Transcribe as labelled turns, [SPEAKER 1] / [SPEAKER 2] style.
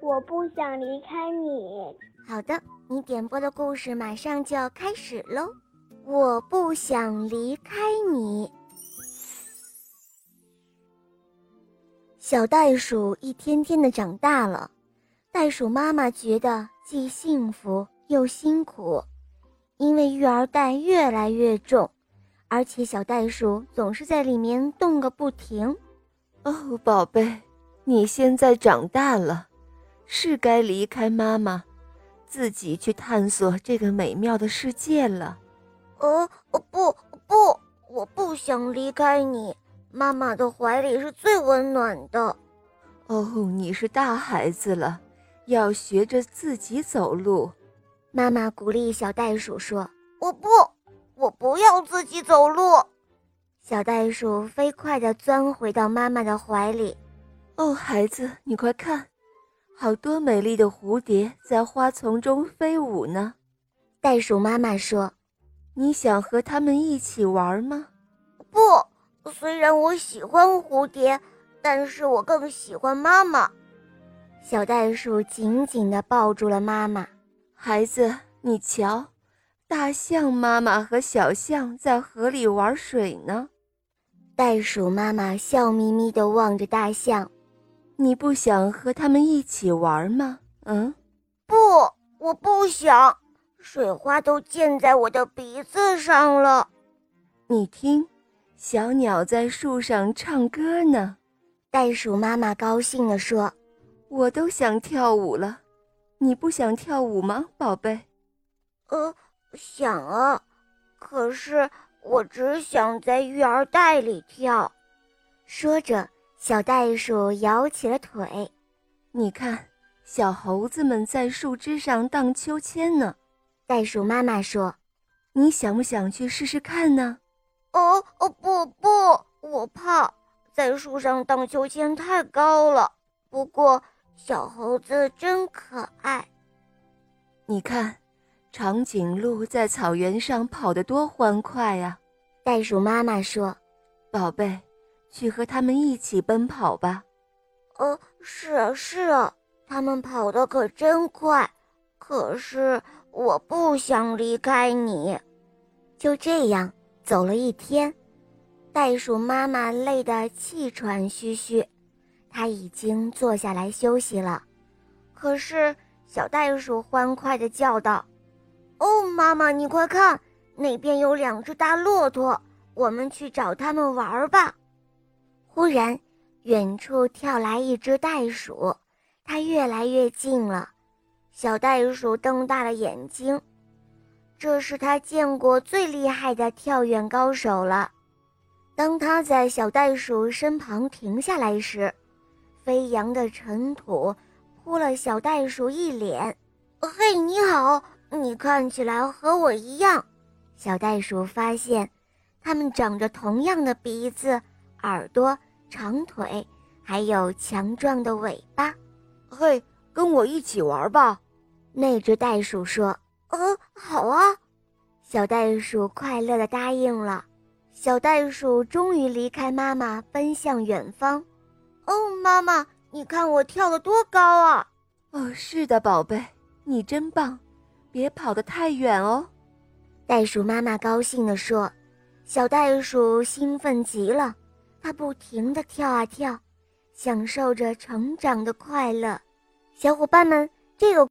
[SPEAKER 1] 我不想离开你。
[SPEAKER 2] 好的，你点播的故事马上就要开始喽。我不想离开你。小袋鼠一天天的长大了，袋鼠妈妈觉得既幸福又辛苦，因为育儿袋越来越重，而且小袋鼠总是在里面动个不停。
[SPEAKER 3] 哦，宝贝，你现在长大了，是该离开妈妈，自己去探索这个美妙的世界了。
[SPEAKER 2] 哦，不不，我不想离开你。妈妈的怀里是最温暖的。
[SPEAKER 3] 哦，你是大孩子了，要学着自己走路。
[SPEAKER 2] 妈妈鼓励小袋鼠说：“我不，我不要自己走路。”小袋鼠飞快地钻回到妈妈的怀里。
[SPEAKER 3] 哦，孩子，你快看，好多美丽的蝴蝶在花丛中飞舞呢。
[SPEAKER 2] 袋鼠妈妈说。
[SPEAKER 3] 你想和他们一起玩吗？
[SPEAKER 2] 不，虽然我喜欢蝴蝶，但是我更喜欢妈妈。小袋鼠紧紧地抱住了妈妈。
[SPEAKER 3] 孩子，你瞧，大象妈妈和小象在河里玩水呢。
[SPEAKER 2] 袋鼠妈妈笑眯眯地望着大象：“
[SPEAKER 3] 你不想和他们一起玩吗？”“嗯，
[SPEAKER 2] 不，我不想。”水花都溅在我的鼻子上了，
[SPEAKER 3] 你听，小鸟在树上唱歌呢。
[SPEAKER 2] 袋鼠妈妈高兴地说：“
[SPEAKER 3] 我都想跳舞了，你不想跳舞吗，宝贝？”“
[SPEAKER 2] 呃，想啊，可是我只想在育儿袋里跳。”说着，小袋鼠摇起了腿。
[SPEAKER 3] 你看，小猴子们在树枝上荡秋千呢。
[SPEAKER 2] 袋鼠妈妈说：“
[SPEAKER 3] 你想不想去试试看呢？”“
[SPEAKER 2] 哦哦不不，我怕在树上荡秋千太高了。不过小猴子真可爱。
[SPEAKER 3] 你看，长颈鹿在草原上跑得多欢快呀、
[SPEAKER 2] 啊！”袋鼠妈妈说：“
[SPEAKER 3] 宝贝，去和它们一起奔跑吧。”“
[SPEAKER 2] 哦，是啊是啊，它们跑得可真快。可是……”我不想离开你，就这样走了一天，袋鼠妈妈累得气喘吁吁，它已经坐下来休息了。可是小袋鼠欢快地叫道：“哦，妈妈，你快看，那边有两只大骆驼，我们去找它们玩吧。”忽然，远处跳来一只袋鼠，它越来越近了。小袋鼠瞪大了眼睛，这是它见过最厉害的跳远高手了。当它在小袋鼠身旁停下来时，飞扬的尘土扑了小袋鼠一脸。“嘿，你好，你看起来和我一样。”小袋鼠发现，它们长着同样的鼻子、耳朵、长腿，还有强壮的尾巴。
[SPEAKER 4] “嘿，跟我一起玩吧！”
[SPEAKER 2] 那只袋鼠说：“呃
[SPEAKER 4] 嗯，好啊！”
[SPEAKER 2] 小袋鼠快乐地答应了。小袋鼠终于离开妈妈，奔向远方。
[SPEAKER 4] “哦，妈妈，你看我跳得多高啊！”“
[SPEAKER 3] 哦，是的，宝贝，你真棒！别跑得太远哦。”
[SPEAKER 2] 袋鼠妈妈高兴地说。小袋鼠兴奋极了，它不停地跳啊跳，享受着成长的快乐。小伙伴们，这个。